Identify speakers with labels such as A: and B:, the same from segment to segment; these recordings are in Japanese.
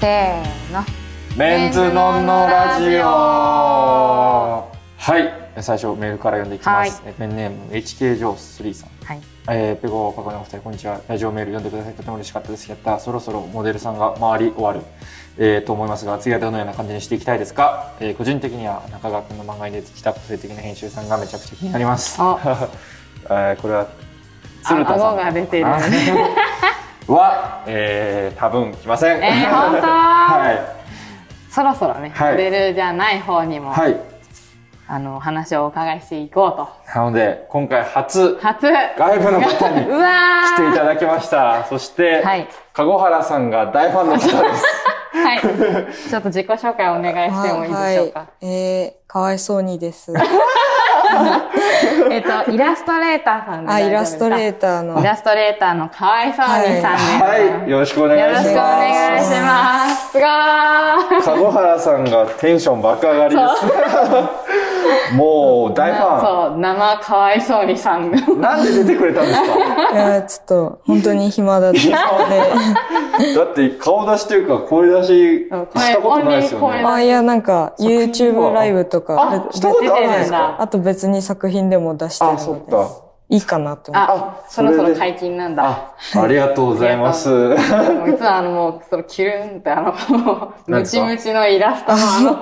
A: せーの
B: メンズノンノラジオはい最初メールから読んでいきます、えペンネーム HK ジョース3さん、
A: はい
B: えーペコパコのお二人こんにちはラジオメール読んでくださいとても嬉しかったですやったそろそろモデルさんが回り終わる、えーと思いますが次はどのような感じにしていきたいですか、えー個人的には中川君の漫画に出てきた個性的な編集さんがめちゃくちゃ気になります あこれは鶴田さん
A: あ顎が出てる
B: は、えー、多分来ません
A: えー本当
B: はい
A: そろそろね、
B: はい
A: モデルじゃない方にも、
B: はい。
A: あのお話をお伺いしていこうと
B: なので、今回初、
A: 初
B: 外部の方に
A: うわ
B: 来
A: ー
B: ていただきました。そして、
A: はい
B: 籠原さんが大ファンの方です。
A: はいちょっと自己紹介をお願いしてもいいでしょうか、
C: い、えー、かわいそうに です。
A: えっ、とイラストレーターさんで
C: あ、イラストレ
A: ー
C: ーター の。
A: イラストレーターのかわいそうにさんです、
B: はい。よろしくお願
A: よ
B: い
A: ろ
B: し
A: しくお
B: ま
A: 願いします。すごーい
B: す。籠原さんがテンション爆上がりです。もう、大ファ
A: そう、生かわいそうにさん。
B: ン。なんで出てくれたんです か
C: いや、ちょっと、本当に暇だったので。
B: だって顔出しというか声出ししたことないですよ
A: 声
B: ね。
C: あ、いや、なんか、YouTube ライブとか、
B: あ、したことあるんですか
C: あと別に作品でも出してる
B: あ、そ
C: の
B: っ
C: で、
B: か。
C: いいかなって思って。
A: あ、そろそろ解禁なんだ。
B: あ、ありがとうございます。
A: もういつもあのもう、そのキュルンってあの、もうム
B: 何です
A: チ
B: か
A: ムチのイラストのあの、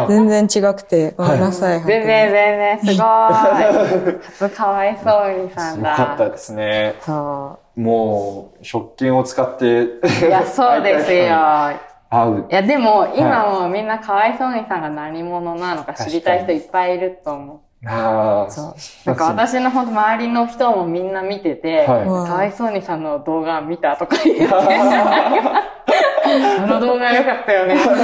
B: あー
C: 全然違くて、ごめんなさい。本当に
A: 全然全然すごーい。初かわいそうにさん
B: よ
A: だ。
B: かったですね。
A: そ
B: もう、食券を使って。
A: う。いや、そうですよ。い
B: 会う。
A: や、でも、今もうみんなかわいそうにさんが何者なのか知りたい人いっぱいいると思う。
B: ああ。
A: そう。なんか私のほんと周りの人もみんな見てて、
B: はい
A: かわいそうにさんの動画見たとか言って、あの動画良かったよねとか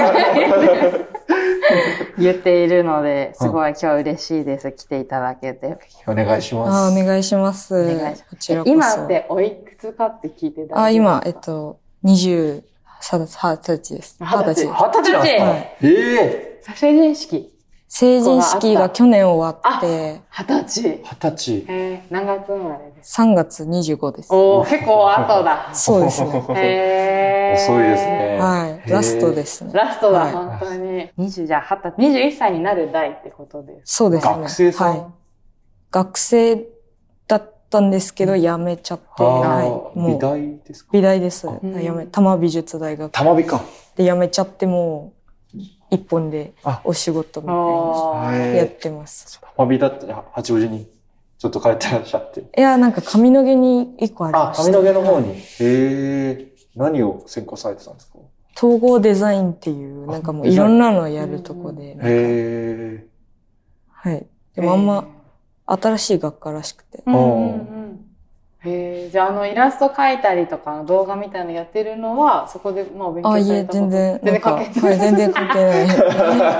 A: 言っているので、すごい今日嬉しいです。来ていただけて。
B: お願いしま
C: あ、お
B: す。
C: 願いします。
A: お願いし
C: こ
A: ます
C: ちら。こそ。
A: 今っておいくつかって聞いてた
C: あ、。今、えっと、20、さ二十歳です。
A: 二十歳
C: 二
B: 二十歳なんですか
A: は
B: ええ
A: 成人式。
C: 成人式が去年終わって、
A: 二十歳。
B: 二十歳。
A: えー、何月生まれです
C: 3月25です。
A: おー、結構後だ。
C: そう ですね。
A: えー、
B: 遅いですね。
C: は
B: へ
C: い。
B: ー
C: ラストで。すね。
A: ラストだ、
C: はい
A: 本当に。20じゃ、二十21歳になる代ってことです。
C: そうですね。
B: 学生さん
C: はい。学生だったんですけど、辞めちゃって、
B: あ
C: はい
B: あ、。
C: も
B: 美
C: う、
B: 大ですか
C: 美大です。辞
A: ん
C: め、多摩美術大学
B: たまびか。
C: で辞めちゃって、もう、一本で
B: あ
C: お仕事みたい
A: おー
C: なのやっ
B: ええ。
C: てます。
B: たまびだって、あ八王子に、ちょっと帰ってらっしゃって。
C: いや、なんか髪の毛に一個あり
B: あ
C: ま、し
B: 髪
C: た。
B: の毛の方に。へえ。何を専攻されてたんですか
C: 統合デザインっていう、なんかもういろんなのやるとこで、
B: へ え。
C: はい。でもあんま新しい学科らしくて
A: え。ー。うんうんうんへーじゃあ、あの、イラスト描いたりとか、動画みたいなのやってるのは、そこで、まあ、お勉強
C: あ、
A: さ
C: いえ、
A: れたこと
C: 全然、
A: 全
C: な
A: 然
C: んか、は
A: 関
C: い、
A: 係ない。
C: 全然関係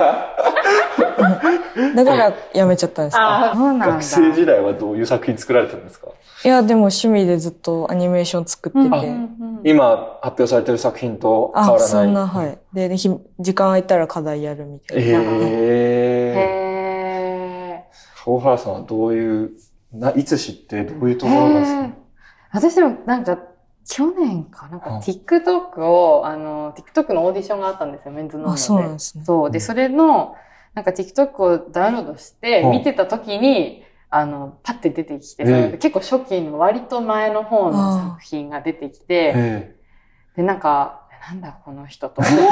C: ない。だから、やめちゃったんですか。
A: あー、そうなんだ。
B: 学生時代はどういう作品作られてたんですか
C: いや、でも趣味でずっとアニメーション作って
A: うんう
C: て。
A: んうん
B: 今発表されてる作品と変わ
C: あ、
B: らない。
C: そんな、はい。で、でひ時間空いたら課題やるみたいな。
B: ええ
A: へー
B: 大原さんはどういう、な、いつ知ってどういうところなんですか、
A: へー私でも、なんか、去年かなん
B: うん
A: か、TikTok を、あの、TikTok のオーディションがあったんですよ、メンズの。
C: あ、そうなんですね。
A: そう。で、それの、なんか TikTok をダウンロードして、
B: うん
A: 見てた時に、あの、パッて出てきて、
B: ええ
A: それ結構初期の割と前の方の作品が出てきて、
B: え
A: で、なんか、なんだこの人と思 っ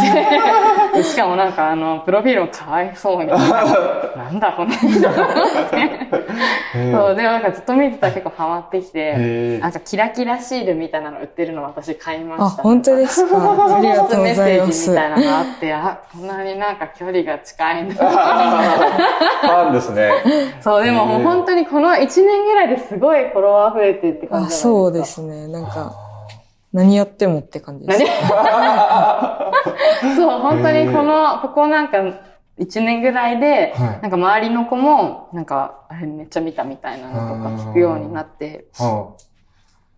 A: て。でしかもなんかあの、プロフィールもかわいそうに。なんだこの人と思って。
B: ええ
A: そう、でもなんかずっと見てたら結構ハマってきて、
B: え
A: なんかキラキラシールみたいなの売ってるの私買いました。
C: あ、本 当ですか。ありがとうご
A: メッ
C: ざい
A: セー
C: ま
A: ジ
C: す
A: み。たいなのがあって、あ、こんなになんか距離が近いんだ
B: あー ファンですね。
A: そう、でももう
B: へー
A: 本当にこの1年ぐらいですごいフォロワー増えてって感
C: あ、
A: じじゃな
C: そう
A: いで
C: です
A: か。
C: すね。なんか、何やってもって感じです。
A: 何 そう、本当にこの、ここなんか1年ぐらいで、
B: はい
A: なんか周りの子も、なんか、あれめっちゃ見たみたいなのとか聞くようになって、
B: うん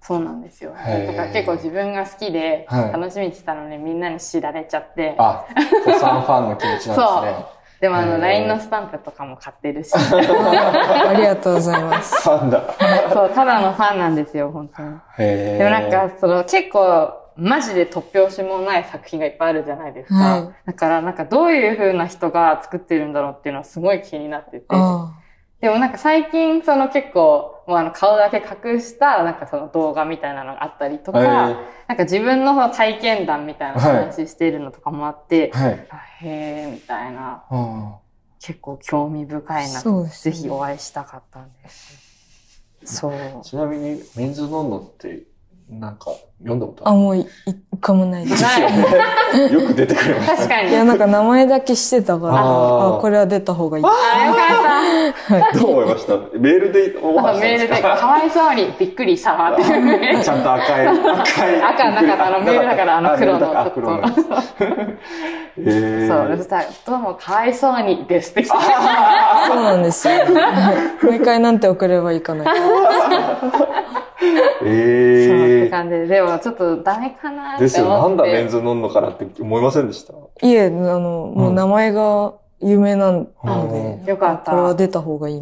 A: そうなんですよ。
B: へー
A: だから結構自分が好きで、
B: はい
A: 楽しみにしてたのにみんなに知られちゃって、
B: あ、子さんファンの気持ちなんですね。
A: でもあ
B: へ
A: の
B: ー
A: LINE のスタンプとかも買ってる し、
C: ありがとうござ います。
B: ファンだ。
A: そう、ただのファンなんですよ、本当に。
B: へえ
A: でもなん、か、その結構、マジで突拍子もない作品がいっぱいあるじゃないですか。
C: は
A: だから、なんかどういう風な人が作ってるんだろうっていうのはすごい気になってて。
C: あ
A: でもなんか最近、その結構、もうあの顔だけ隠した、なんかその動画みたいなのがあったりとか、
B: はい
A: なんか自分のその体験談みたいな話しているのとかもあって、
B: はい。
A: あへえ、みたいな、
B: うん
A: 結構興味深いな。
C: そうです
A: ぜ
C: ね
A: ひお会いしたかったんです。そう。
B: ちなみに、メンズノンノって、なんか、読んだこと
C: あ。あ、
B: あ
C: もうい一個もないで
B: る
C: す。
A: ない
B: ですよ ね。よく出てくれました。
A: 確か
C: い
A: に。
C: や、
A: あ、
C: なんか名前だけしてたから、
B: あー
C: あこれは出た方 がいい。
A: よかっ
B: どう思いましたメールで思
A: た。あ
B: わ
A: と
B: せたん
A: メール
B: です
A: で、
B: か
A: かわいそうにびっくりしたわっていうメール
B: ちゃんと赤い、赤い。
A: 赤なかったあのメールだからあの黒の
B: あ 黒のやつえー
A: そう、そしたら、どうもかわいそうにですって来て、
C: そうなんですよ。 もう一回なんて送ればいいかな。
B: え
A: そうって
B: ー
A: 感じで、でもちょっとダメかなって思って。
B: ですよ、なんだメンズ飲んのかなって思いませんでした
C: いえ、あの、もう名前が有名なの
B: うん
C: で、
A: よかった
C: これは出た方がいい。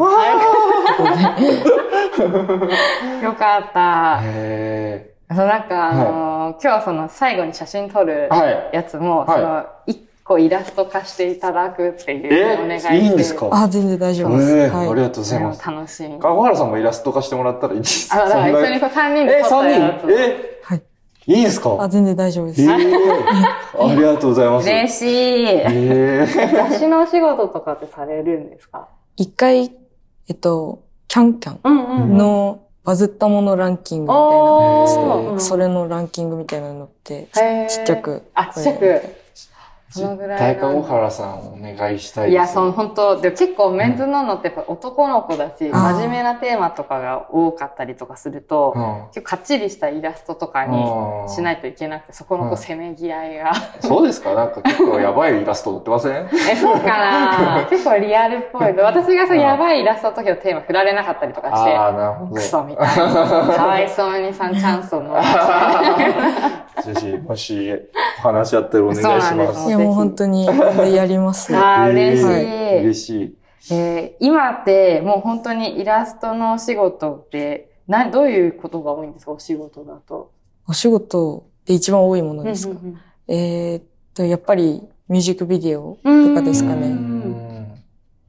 A: よかった。
B: へ
A: そうなんか、あのー今日その最後に写真撮る
B: ーはい。
A: やつも、
B: はい
A: その、一個イラスト化していただくっていう
B: え
A: お願いし
B: ー、
A: て。
B: いいんですか
C: あ、全然大丈
B: え
C: 夫です。
B: ーあり
C: はい。
B: がとうございます。
A: それも楽しみ。
B: 川原さんもイラスト化してもらったらいいです
A: あ、だから一緒にこう3人で
B: え、
A: 撮ったや
B: 3
A: つ
B: 人え
C: はい。
B: いいんです
C: あ、
B: か
C: 全然大丈夫で
B: え
C: す。
B: ー、ありがとうございます。
A: 嬉 しい。
B: えー
A: 雑誌のお仕事とかってされるんですか
C: 一回、えっと、キャンキャン
A: うん
B: うん
C: のバズったものランキングみたい
A: お
B: ー
A: ー。
C: な、それのランキングみたいなのって、
A: へー
C: ちっちゃく。
A: あ、ちっちゃく。 そのぐらいなんだ
B: 絶対川原さんお願いしたい
A: い
B: です。
A: や、その本当でも結構メンズなのってやっぱ男の子だし、
C: ん
A: 真面目なテーマとかが多かったりとかすると、
B: うん
A: 結構かっちりしたイラストとかにしないといけなくて、そこのこ
B: うん
A: うせめぎ合いが。
B: そうですかなんか結構やばいイラスト撮ってません
A: え、そうかな結構リアルっぽい。私がそう
B: うん
A: やばいイラストの時のテーマ振られなかったりとか
B: あ
A: し
B: あ、なる
A: て、
B: ほ
A: ク
B: ど。
A: ソみたいな。 かわいそうにさんチャンスを逃した。
B: ぜひ、もし、お話し合ったらお願いし
A: そうなん
B: ま。
A: ですす
C: いや、もう本当に、やります。は
A: あー嬉しい。
B: えー嬉しい。
A: えー今ってもう本当にイラストのお仕事って、な、どういうことが多いんですかお仕事だと。
C: お仕事で一番多いものですか、
A: うんうんうん
C: えーっと、やっぱりミュージックビデオ
A: と
C: とかですか
A: う
C: ね。
A: ん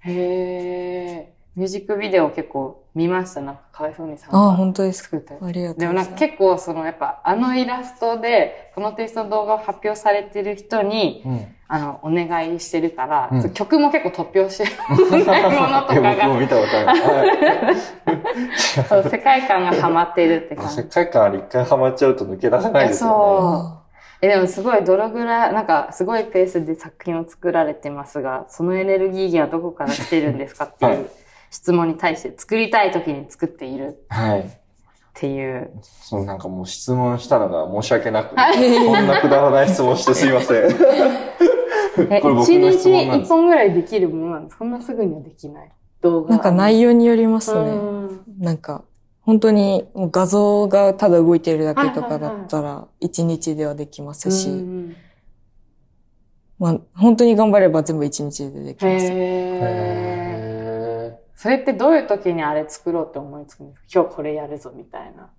A: へえ。ミュージックビデオ結構見ました。なんかかわいそうにさんが
C: ああ、本当ですか。
A: 作ったやつ
C: ありがとうございま
A: でもな
C: す。
A: んか結構そのやっぱあのイラストでこのテイストの動画を発表されてる人に
B: うん。
A: あのお願いしてるから、
B: うん
A: そう曲も結構突拍子のないものとか
B: え、僕も
A: が
B: 見たことある。はい
A: そう世界観がハマってるって
B: もう
A: 感
B: 世
A: じ。
B: 界観あれ一回ハマっちゃうと抜け出せないですよね。
A: あえでもすごいどのぐらいなんかすごいペースで作品を作られてますがそのエネルギー源はどこから来てるんですかって
B: はい
A: いう質問に対して作りたい時に作っている
B: はい。
A: っていう。
B: そのなんかもう質問したのが申し訳なく、こ
A: はい
B: んなくだらない質問してすいません。
A: え、
B: こ
A: 一
B: れ僕の質
A: 日
B: 問なんです
A: 一本ぐらいできるものなんです。そんなすぐにはできない。動画。
C: なんか内容によりま
A: う
C: すね。
A: ん
C: なんか、本当にもう画像がただ動いてるだけと
A: はいは
C: か
A: い
C: だ
A: はい
C: ったら、一日ではできます
A: う
C: し、
A: ん。
C: まあ、本当に頑張れば全部一日ででき
A: へ
C: ます。
A: え。
B: へ
A: それってどういう時にあれ作ろうって思いつくんですか今日これやるぞみたいな。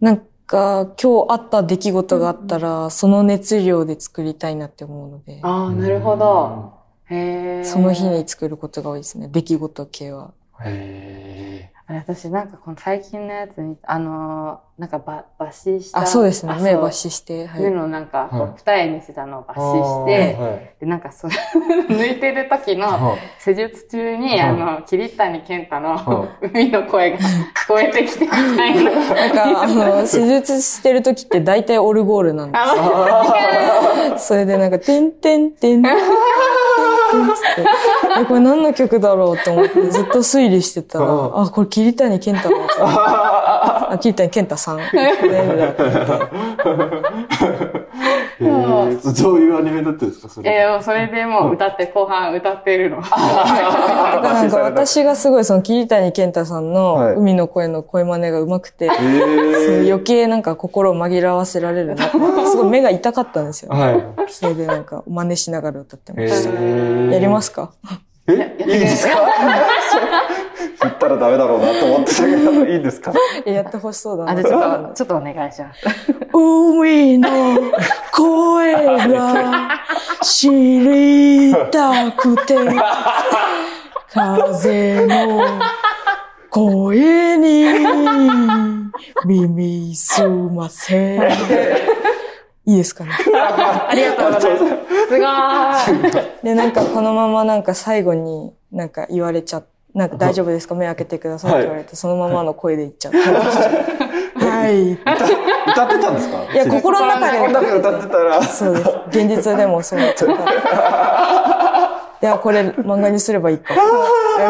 C: なんか、今日あった出来事があったら、その熱量で作りたいなって思うので、
A: あ
B: ー
A: あ、なるほど。。へえ。
C: その日に作ることが多いですね。出来事系は。
B: へ
A: あれ私なんかこの最近のやつに、あのーなんかば、抜歯した。
C: あ、そうですね。
A: そう
C: 目ばしして、はい
A: 目。のなんか、こ
B: はいう
A: 二重にしてたのを抜歯
B: ー
A: し
B: あ
A: て、
B: ーはい
A: で、なんかそう、抜いてる時の、
B: はい
A: 施術中に、
B: うん
A: あの、桐谷健太の
B: う
A: 海の声が聞こえてきてみたいな。
C: なんか、あの、施術してる時って大体オルゴールなんで
A: あの
C: す。それでなんか、てんてんてん。てんてんつってえこれ何の曲だろうと思ってずっと推理してたら、
B: うん
C: あ、これ桐谷健太のやつだあ、桐谷健太さん。
B: えーそどういうアニメだったんですかそ
A: え
B: れ。
A: でもそれでもう歌って、後半歌ってるの。
C: だからなんか私がすごいその桐谷健太さん
B: はい
C: の海の声の声真似が上手くて、
B: えー
C: そう余計なんか心を紛らわせられるな。すごい目が痛かったんですよ。
B: は
C: それでなんか真似しながら歌って
B: い。
C: ま
B: え
C: した。
B: ー
C: やりますか
B: えいいですか言ったらダメだろうなと思ってたけど、いいんですか
C: やってほしそうだ
A: あ、
C: な
A: じ。ゃあちょっと、ちょっとお願いします。
C: 海の声が知りたくて、風の声に耳すません。いいですかね。
A: ありがとうございます。 すごーい。
C: で、なんかこのままなんか最後になんか言われちゃっなんか大丈夫ですか目開けてくださいって言われて、そのままの声で言っちゃった。はい。
B: 歌ってたんですか
C: いや、心の中で
B: こんなこと歌ってたら、
C: そうです。現実でもそうなっちゃった。では、これ漫画にすればいいか。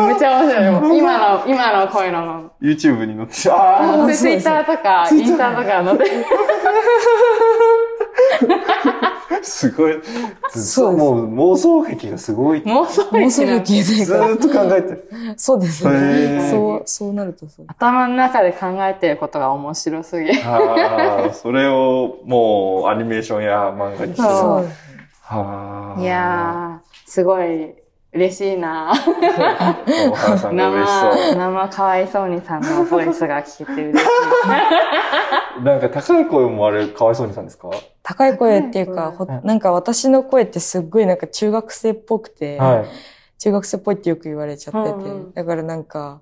A: めっちゃ面白いもん。 今の、今の声のま
B: YouTube に載って、あ
A: ま。
C: ー
A: で、ツ
C: そう
A: イ
C: で
A: ッ
C: す
A: ターとか、インスタとか載 って。
B: ーすごい。ずっ
C: そ
B: と
C: うです
B: もう妄想癖がすごい。
A: 妄想
C: もうす
A: 力な
C: ぐ
A: んて
C: 消えてい
B: ず
C: か
B: ーっと考えてる。
C: ら。そうです
B: へー
C: ね。そう、そうなるとそう。
A: 頭の中で考えてることが面白すぎる。
B: あーそれをもうアニメーションや漫画にして
A: そう
C: そう。
B: はー
A: いやー、すごい嬉しいなぁ
B: お母さんが嬉し
A: 生、
B: そ
A: 生かわいそうにさんのボイスが聞けて嬉しい。
B: う。なんか高い声もあれ、かわいそうにさんですかは
C: 高い声っていうか、
A: 高
C: ほ
B: い声
C: なんか私の声ってすっごいなんか中学生っぽくて、
B: い。
C: 中学生っぽいってよく言われちゃってて、
A: うんうん
C: だからなんか、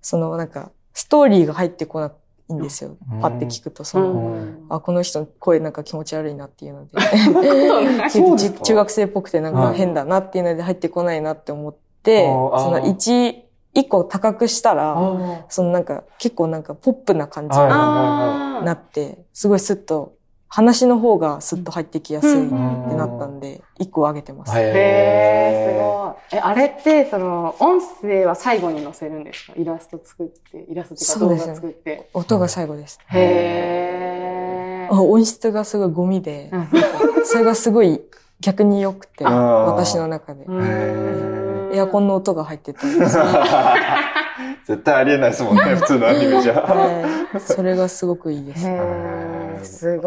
C: そのなんか、ストーリーが入ってこないんですよ
B: うん。
C: パって聞くと、その、
A: うん。
C: あ、この人の声なんか気持ち悪いなっていうので。
B: そ
C: 中
B: うですか
C: 中中学生っぽくてなんか変だなっていうので入ってこないなって思って、
B: うんあー
C: その1、1個高くしたら、
B: あ
C: そのなんか結構なんかポップな感じ
B: はい
C: に
A: あ
C: なって、すごいスッと、話の方がスッと入ってきやすいって
A: うん
C: なったんで、1個上げてます。
A: ー。へー、すごい。え、あれって、その、音声は最後に載せるんですかイラスト作って、イラストっていうか
C: そう
A: 動
C: です
A: 画作って。
C: 音が最後です。
B: うん
A: へ
C: あ
A: ー。
C: 音質がすごいゴミで
A: う、ん
C: それがすごい逆に良くて、
B: あー
C: 私の中で。
B: へ
C: エアコ
A: ン。
C: ンの音が入ってたんですよ。
B: 絶対ありえないです もんね、普通のアニメじゃ。
C: はいそれがすごくいいです。
A: へ
B: へー
A: ー、すご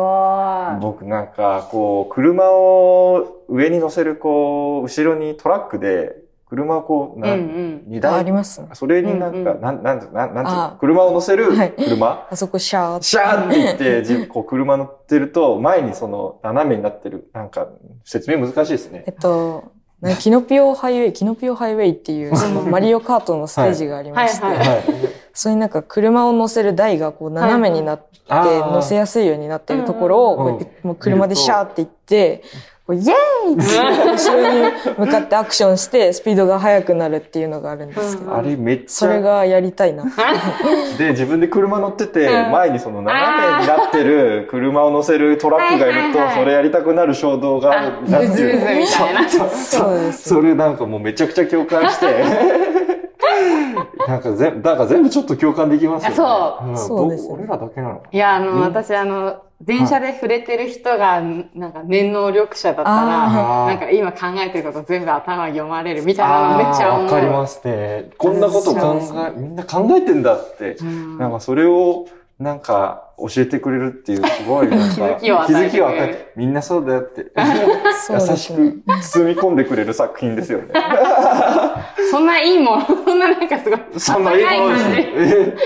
B: 僕なんか、こう、車を上に乗せる、こう、後ろにトラックで、車をこう、
A: い。うん
B: な
A: うんん。
B: 荷
C: ああり
B: 台、
C: ますね。
B: それになんか、
A: うんうん
B: なん、なんて、なん、なんていう
C: あ
B: の車を乗せる
C: はい
B: 車
C: あそこシャーって
B: シャーって言って、自分、こう、車乗ってると、前にその、斜めになってる、なんか、説明難しいですね
C: え。っと、なんかキノピオハイウェイ、キノピオハイウェイっていう、そのマリオカートのステージがありまして、
A: はいはい
B: はい。
C: それになんか車を乗せる台がこう斜めになって、
B: あー
C: 乗せやすいようになってるところを、
B: うんうん
C: こうやってもう車でシャーって行って、こうイエーイって後ろに向かってアクションして、スピードが速くなるっていうのがあるんですけ
A: うん
C: ど、
B: あれめっち
C: それ
B: ゃ、
C: がやりたいな。
B: で、自分で車乗ってて、
A: うん
B: 前にその斜めになってる車を乗せるトラックがいる
A: はいはい
B: と、
A: はい
B: それやりたくなる衝動がある
A: あうずうずみたいな
B: そう
C: そうです
B: それなんかもうめちゃくちゃ共 感して。なんか全なんか全部ちょっと共感できますよね。
A: そう
B: うん
C: そうです
B: ど
C: ね
B: 俺らだけなのか
A: い。いや、あの、
B: うん
A: 私、あの、電車で触れてる人が、なんか、念能力者だったら、
B: あー
A: なんか、今考えてること全部頭読まれるみたいなのめっちゃ思う。
B: わかりますね。こんなこと考
C: そう
B: え、みんな考えてんだって。
A: うん
B: なんかそれを、なんか教えてくれるっていう、すごいなんか、
A: 気づきを与えてくれる
B: 気づきを与えてみんなそうだよって。
C: そう
B: 優
C: で
B: し
C: すね。
B: く包み込んでくれる作品ですよね。
A: そんないいもん。 そんななんかすごい。
B: そんないいものですね。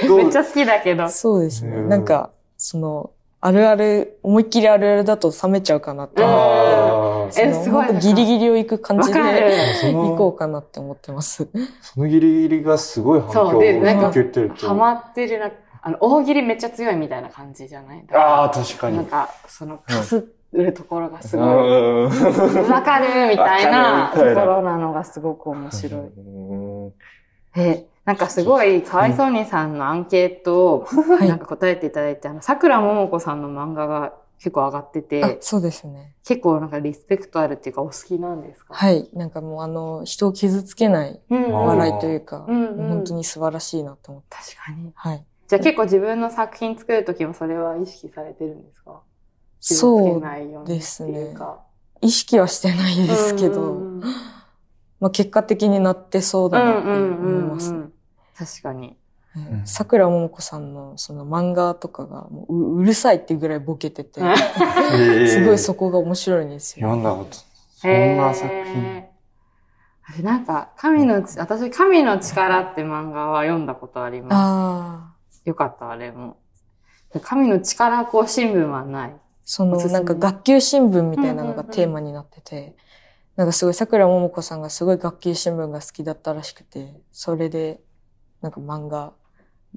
B: えど
A: めっ
B: う
A: ちゃ好きだけど。
C: そうですね。
B: うん
C: なんか、その、あるある、思いっきりあるあるだと冷めちゃうかなって思って。
B: あー
A: え
C: その
A: すごい
C: ほんとギリギリを行く感
A: わ
C: じ
A: かる
C: で、。
B: そ
C: 行こ
B: の
C: うかなって思ってます。
B: そのギリギリがすごい反響
A: そ
B: を
A: うでなんか
B: 受けてると。
A: ハマってるな。あの、大喜利めっちゃ強いみたいな感じじゃない
B: ああ、確かに。
A: なんか、その、かするところがす
B: う
A: ごい。
B: ん
A: わかるみたいな
B: わ
A: と
B: かるみたいな
A: ころなのがすごく面白い。
B: うん
A: え、なんかすごい、かわいそうにさんのアンケートを、
C: い
A: なんか答えていただいて、あの、桜ももこさんの漫画が結構上がって
C: あ
A: て、
C: そうですね。
A: 結構なんかリスペクトあるっていうか、お好きなんですか
C: はい。なんかもうあの、人を傷つけない
A: うんうん。
B: あー
C: 笑いというか、
A: うんうん
C: 本当に素晴らしいなと思って。
A: 確かに。
C: はい。
A: じゃあ結構自分の作品作るときもそれは意識されてるんですか
C: そう、
A: ないよう
C: で
A: に
C: す
A: っ
C: ね
A: ていうか。
C: 意識はしてないですけ
A: うん
C: ど、
A: うんうん
C: まあ結果的になってそうだなって思います
A: うんうんうんう
C: ね。
A: ん確かに。
B: うんうん
C: 桜ももこさんのその漫画とかがもうううるさいっていうぐらいボケてて、 すごいそこが面白いんですよ。
B: 読んだこと。そ
A: へ
B: ん
A: ー
B: な作品。
A: あれなんか、神のち、私、神の力って漫画は読んだことありま
C: ああ。
A: す。よかった、あれも。で神の力こう新聞はない。
C: その
A: おすすめ
C: なんか学級新聞みたいなのがテーマになってて、なんかすごい桜ももこさんがすごい学級新聞が好きだったらしくて、それでなんか漫画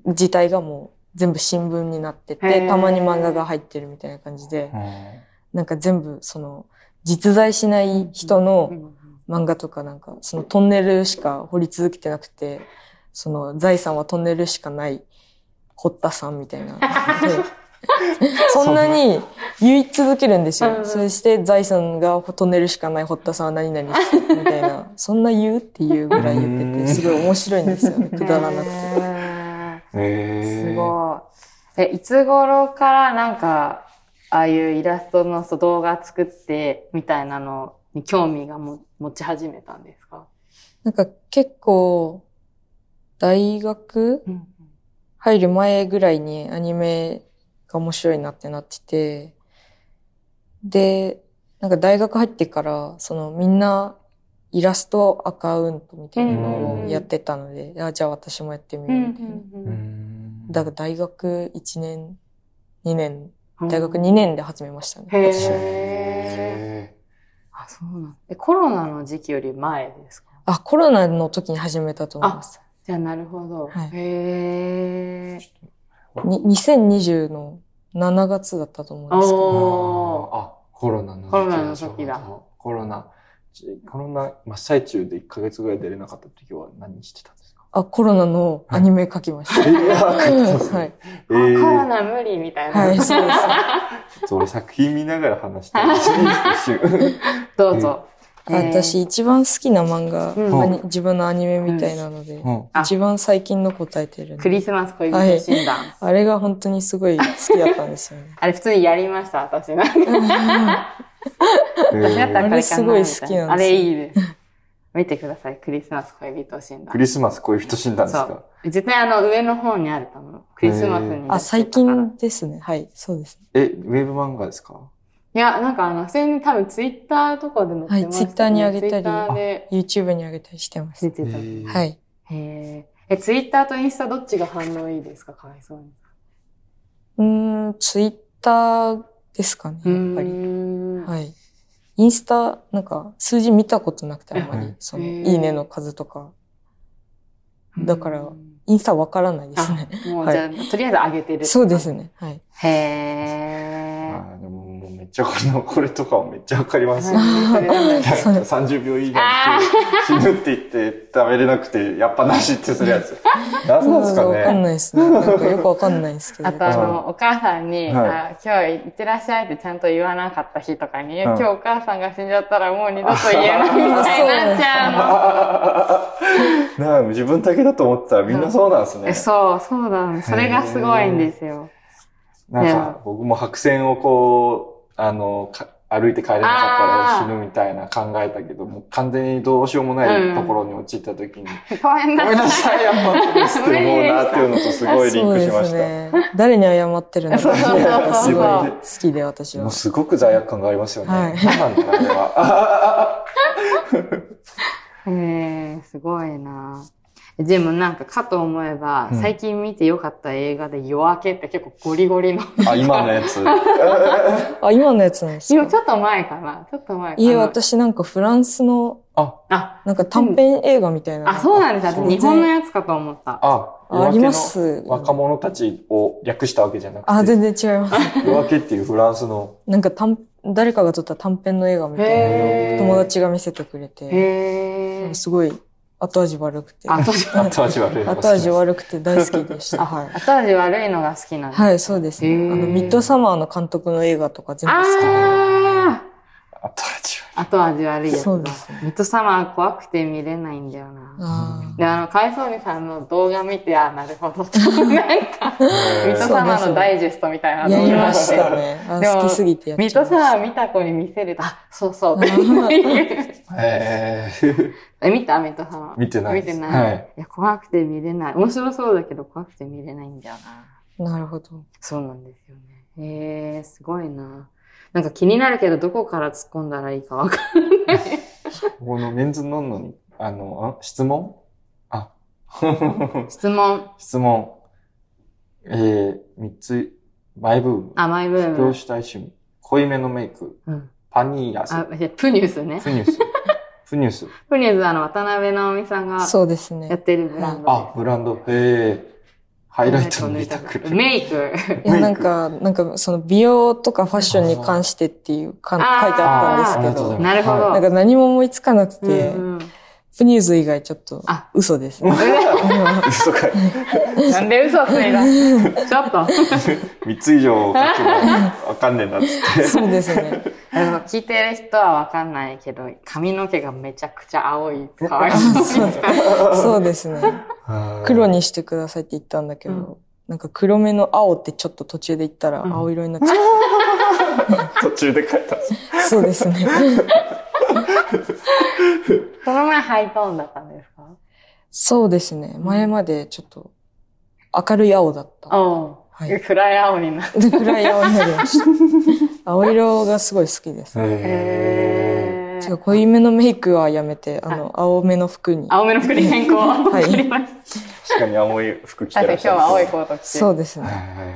C: 自体がもう全部新聞になって
A: へ
C: て、
A: ー
C: たまに漫画が入ってるみたいな感じで
B: う、ん
C: なんか全部その実在しない人の
A: うん
C: 漫画とかなんか、そのトンネルしか掘り続けてなくて、その財産はトンネルしかない、堀田さんみたいな。 でそんなに言い続けるんです
A: うん
C: よ。そして財産がトンネルしかない堀田さんは何々してるみたいな。そんな言うっていうぐらい言って
B: うん
C: て、すごい面白いんですよね。くだらなく
A: へ
C: て。
A: ー
B: へ
A: す
B: え
A: ごい。え、いつ頃からなんか、ああいうイラストのそう動画作ってみたいなのに興味がも持ち始めたんですか
C: なんか結構、大学
A: うん。
C: 入る前ぐらいにアニメが面白いなってなってて、で、なんか大学入ってから、そのみんなイラストアカウントみたいなのをやってたので、あじゃあ私もやってみようみたいな。
B: うーん
C: だから大学1年、2年、
A: うん
C: 大学2年で始めましたね。
A: へ
C: 私
A: え。
B: へ
A: あ、そうなんえ、コロナの時期より前ですか
C: あ、コロナの時に始めたと思います。
A: じゃあ、なるほど。
C: はい
A: へえ。
C: に2020の7月だったと思うんですけ
B: ー
C: ど。
A: おー
B: あコロナの時
A: コロナの時だ
B: ちょうどコロナちコロナ真っ最中で1ヶ月ぐらい出れなかった時は何してたんですか
C: あ、コロナのアニメ描きまし
B: え
C: た。
B: ーあ書いてたんですね
C: はい。
B: え
A: あ
B: ー
A: コロナ無理みたいな。
C: はい、そうです。
B: ちょっと俺作品見ながら話してる んですよ一瞬
A: どうぞ。えー
C: 私、一番好きな漫画、
A: うん
C: アニ自分のアニメみたいなので、
B: うん
A: あ
C: 一番最近の答えてるんで
A: クリスマス恋人診断。
C: あれが本当にすごい好きだったんですよね
A: 。あれ普通にやりました、私なんか。私だったらこれかな
C: あれすごい好きなんですよ
A: みたなあれいいです。見てください、クリスマス恋人診
B: ク
A: 断。
B: リスマスこういう人死んだんですか
A: 絶対あの上の方にあると思う。クリスマスに出してたから。
C: あ、最近ですね。はい、そうですね。
B: え、ウェブ漫画ですか。
A: いや、なんかあの、普通に多分ツイッターとかでも
C: はい Twitter に上げたり
A: ツイッターで
C: YouTube に上げたりしてます。
A: 出てた。へ
C: はいい。
A: え。え、ツイッターとインスタどっちが反応いいですかかわいそうに。
C: うーん、Twitter ですかね、やっぱり。
A: り。
C: はい。インスタ、なんか、数字見たことなくてあんま
B: うん
C: り、その、
A: へ
C: い
A: ー
C: いねの数とか。だから
A: うん
C: インスタわからないです
A: あ
C: ね。、
A: もうじゃあ、とりあえず上げてる。
C: そうですね。はい。
A: へ
B: あ
A: え。
B: ーでももうめっちゃこの、これとかめっちゃわかります。
A: はい
C: そうです
B: 30秒以内に死ぬって言って食べれなくて、やっぱなしってするやつ。 何なんですか
C: わかん
B: ね
C: ないですね。なんかよくわかんないですけど。
A: あとあの、お母さんに、
B: はい
A: あ今日いってらっしゃいってちゃんと言わなかった日とかに、
B: うん
A: 今日お母さんが死んじゃったらもう二度と言えないみたいになっちゃうの。
B: なあ自分だけだと思ってたらみんなそうなんです
A: え
B: ね。
A: そう、そうなの。それがすごいんですよ。
B: なんか僕も白線をこう、あの、か歩いて帰れなかったら死ぬみたいな考えたけど、もう完全にどうしようもないところに陥った時に、
A: ごめん
B: ご
A: な
B: めんな
A: さい。
B: さい、やっぱって思うなっていうのとすごいリンクしまし
C: そ
B: た。
C: うですね。誰に謝ってるのか
A: そうそうそう
C: すごい好きで私
B: も
C: は
B: う。すごく罪悪感がありますよね。
C: はい
B: 何なんだろう、あれ は。
A: へえすごいな。でもなんかかと思えば、
B: うん
A: 最近見てよかった映画で夜明けって結構ゴリゴリ の。
B: あ、今のやつ。
C: あ、今のやつなんです
A: 今ち
C: か
A: ょっと前かな。ちょっと前かな。
C: いえ、私なんかフランスの
B: あ、
A: あ、
C: なんか短編映画みたいな。
A: あ、そうなんです。
B: そ
A: 私
B: う
A: 日本のやつかと思った。
B: あ、
C: ああります。
B: 若者たちを略したわけじゃなくて。
C: あ、全然違います。
B: 夜明けっていうフランスの。
C: なんか短、誰かが撮った短編の映画みたい
A: へ
C: な。
A: ー
C: 友達が見せてくれて。
A: へえ。
C: すごい後味悪くて。
A: あ、 そうそう
B: 後味悪い。
C: 後味悪くて大好きでした。はい。
A: 後味悪いのが好きなんです。
C: はい、そうですね。
A: へー
C: あの、ミッドサマーの監督の映画とか全部好きで。
A: あ
B: 後味
A: あ後味悪いやつだ。
C: そうですね
A: ミッドサマー怖くて見れないんだよな。
C: あ
A: で、あの、海藻にさんの動画見て、あ、なるほ ど。なんか、ミ
B: 悪い
A: ッド。サマーのダイジェストみたいな
C: あ、や
A: の
C: り
A: 見
C: まし
A: して
C: たね。あ
A: でも
C: 好きすぎてやっちゃい
A: ミ
C: ま
A: ッ
C: した。
A: ドサマー見た子に見せると、あ、そうそうって
B: えー
A: え、見たミッドサマー。
B: 見てない
A: 見
B: で
A: て
B: す
A: ない。
B: はい
A: い、や、怖くて見れない。面白そうだけど、怖くて見れないんだよな。
C: なるほど。
A: そうなんですよね。へえー、すごいな。なんか気になるけど、どこから突っ込んだらいいかわかんない。
B: ここのメンズノンノにあの、ん質問あ、
A: 質問。
B: 質問。えー、三つ、マイブーム。
A: 甘いブー
B: 布教
A: ム。
B: したい趣味。濃いめのメイク。
A: うん。
B: パニーヤス。
A: あ、いやプニュースね。
B: フニュース。フニュース。
A: プニュースはあの、渡辺直美さんが
C: そうです
A: やっ
C: ね。
A: てるブランド。
B: あ、、ブランド。へえ。ハイライトの
A: メ
B: 見
A: イ
B: たく
A: ク。
B: る。
A: メイク。
C: いや、なんか、なんか、その美容とかファッションに関してっていうかん書
A: あー
C: いてあったんですけど
A: あ、なるほど
C: なんか何も思いつかなくて、
A: うんうん
C: プニューズ以外ちょっと
A: あ
C: 嘘ですね。
B: はい嘘かい。
A: なんで嘘ついたちょっと。
B: 三つ以上書けばわかんねえなっつって。
C: そうですね。
A: あの聞いてる人はわかんないけど、髪の毛がめちゃくちゃ青い。可愛い。
C: そうですね。黒。にしてくださいって言ったんだけど、
A: うん
C: なんか黒目の青ってちょっと途中で言ったら
A: うん
C: 青色になっちゃ
B: 途
C: う。
B: 中で書いた。
C: そうですね。
A: その前ハイトーンだったんですか
C: そうですね。前までちょっと明るい青だった。
A: おう、
C: はい
A: 暗い青になる。
C: で、暗い青になりました。青色がすごい好きです。
B: へえ。
A: へ
C: ちょっと
A: ー
C: 濃いめのメイクはやめて、あの、青めの服に。
A: 青めの服に変更。
C: い
A: 作りました
B: 確かに青い服着て
A: 確か
B: らっ
A: に
B: し
A: 今
B: ゃ
A: 日は
B: る。
A: 青いコート着て。
C: そうですね。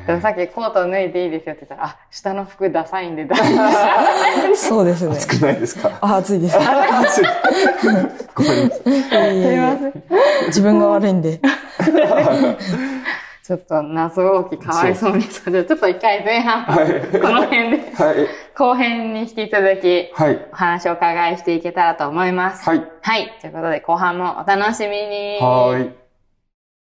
A: でも
B: は
A: さっきコート脱いでいいですよって言ったら、あ、下の服ダサいんでダサいで
C: そうですね。
B: い。少ないですか
C: あ、暑いです。い
B: ごめんなさい。
C: えいえいえ自分が悪いんで。
A: す。ちょっと謎多きかわいそうにされる。ちょっと一回前半、この辺で、
B: はい。
A: 後編に引き続き、
B: はい。
A: お話をお伺いしていけたらと思います。
B: はい。
A: はい。ということで、後半もお楽しみに。
B: はーい。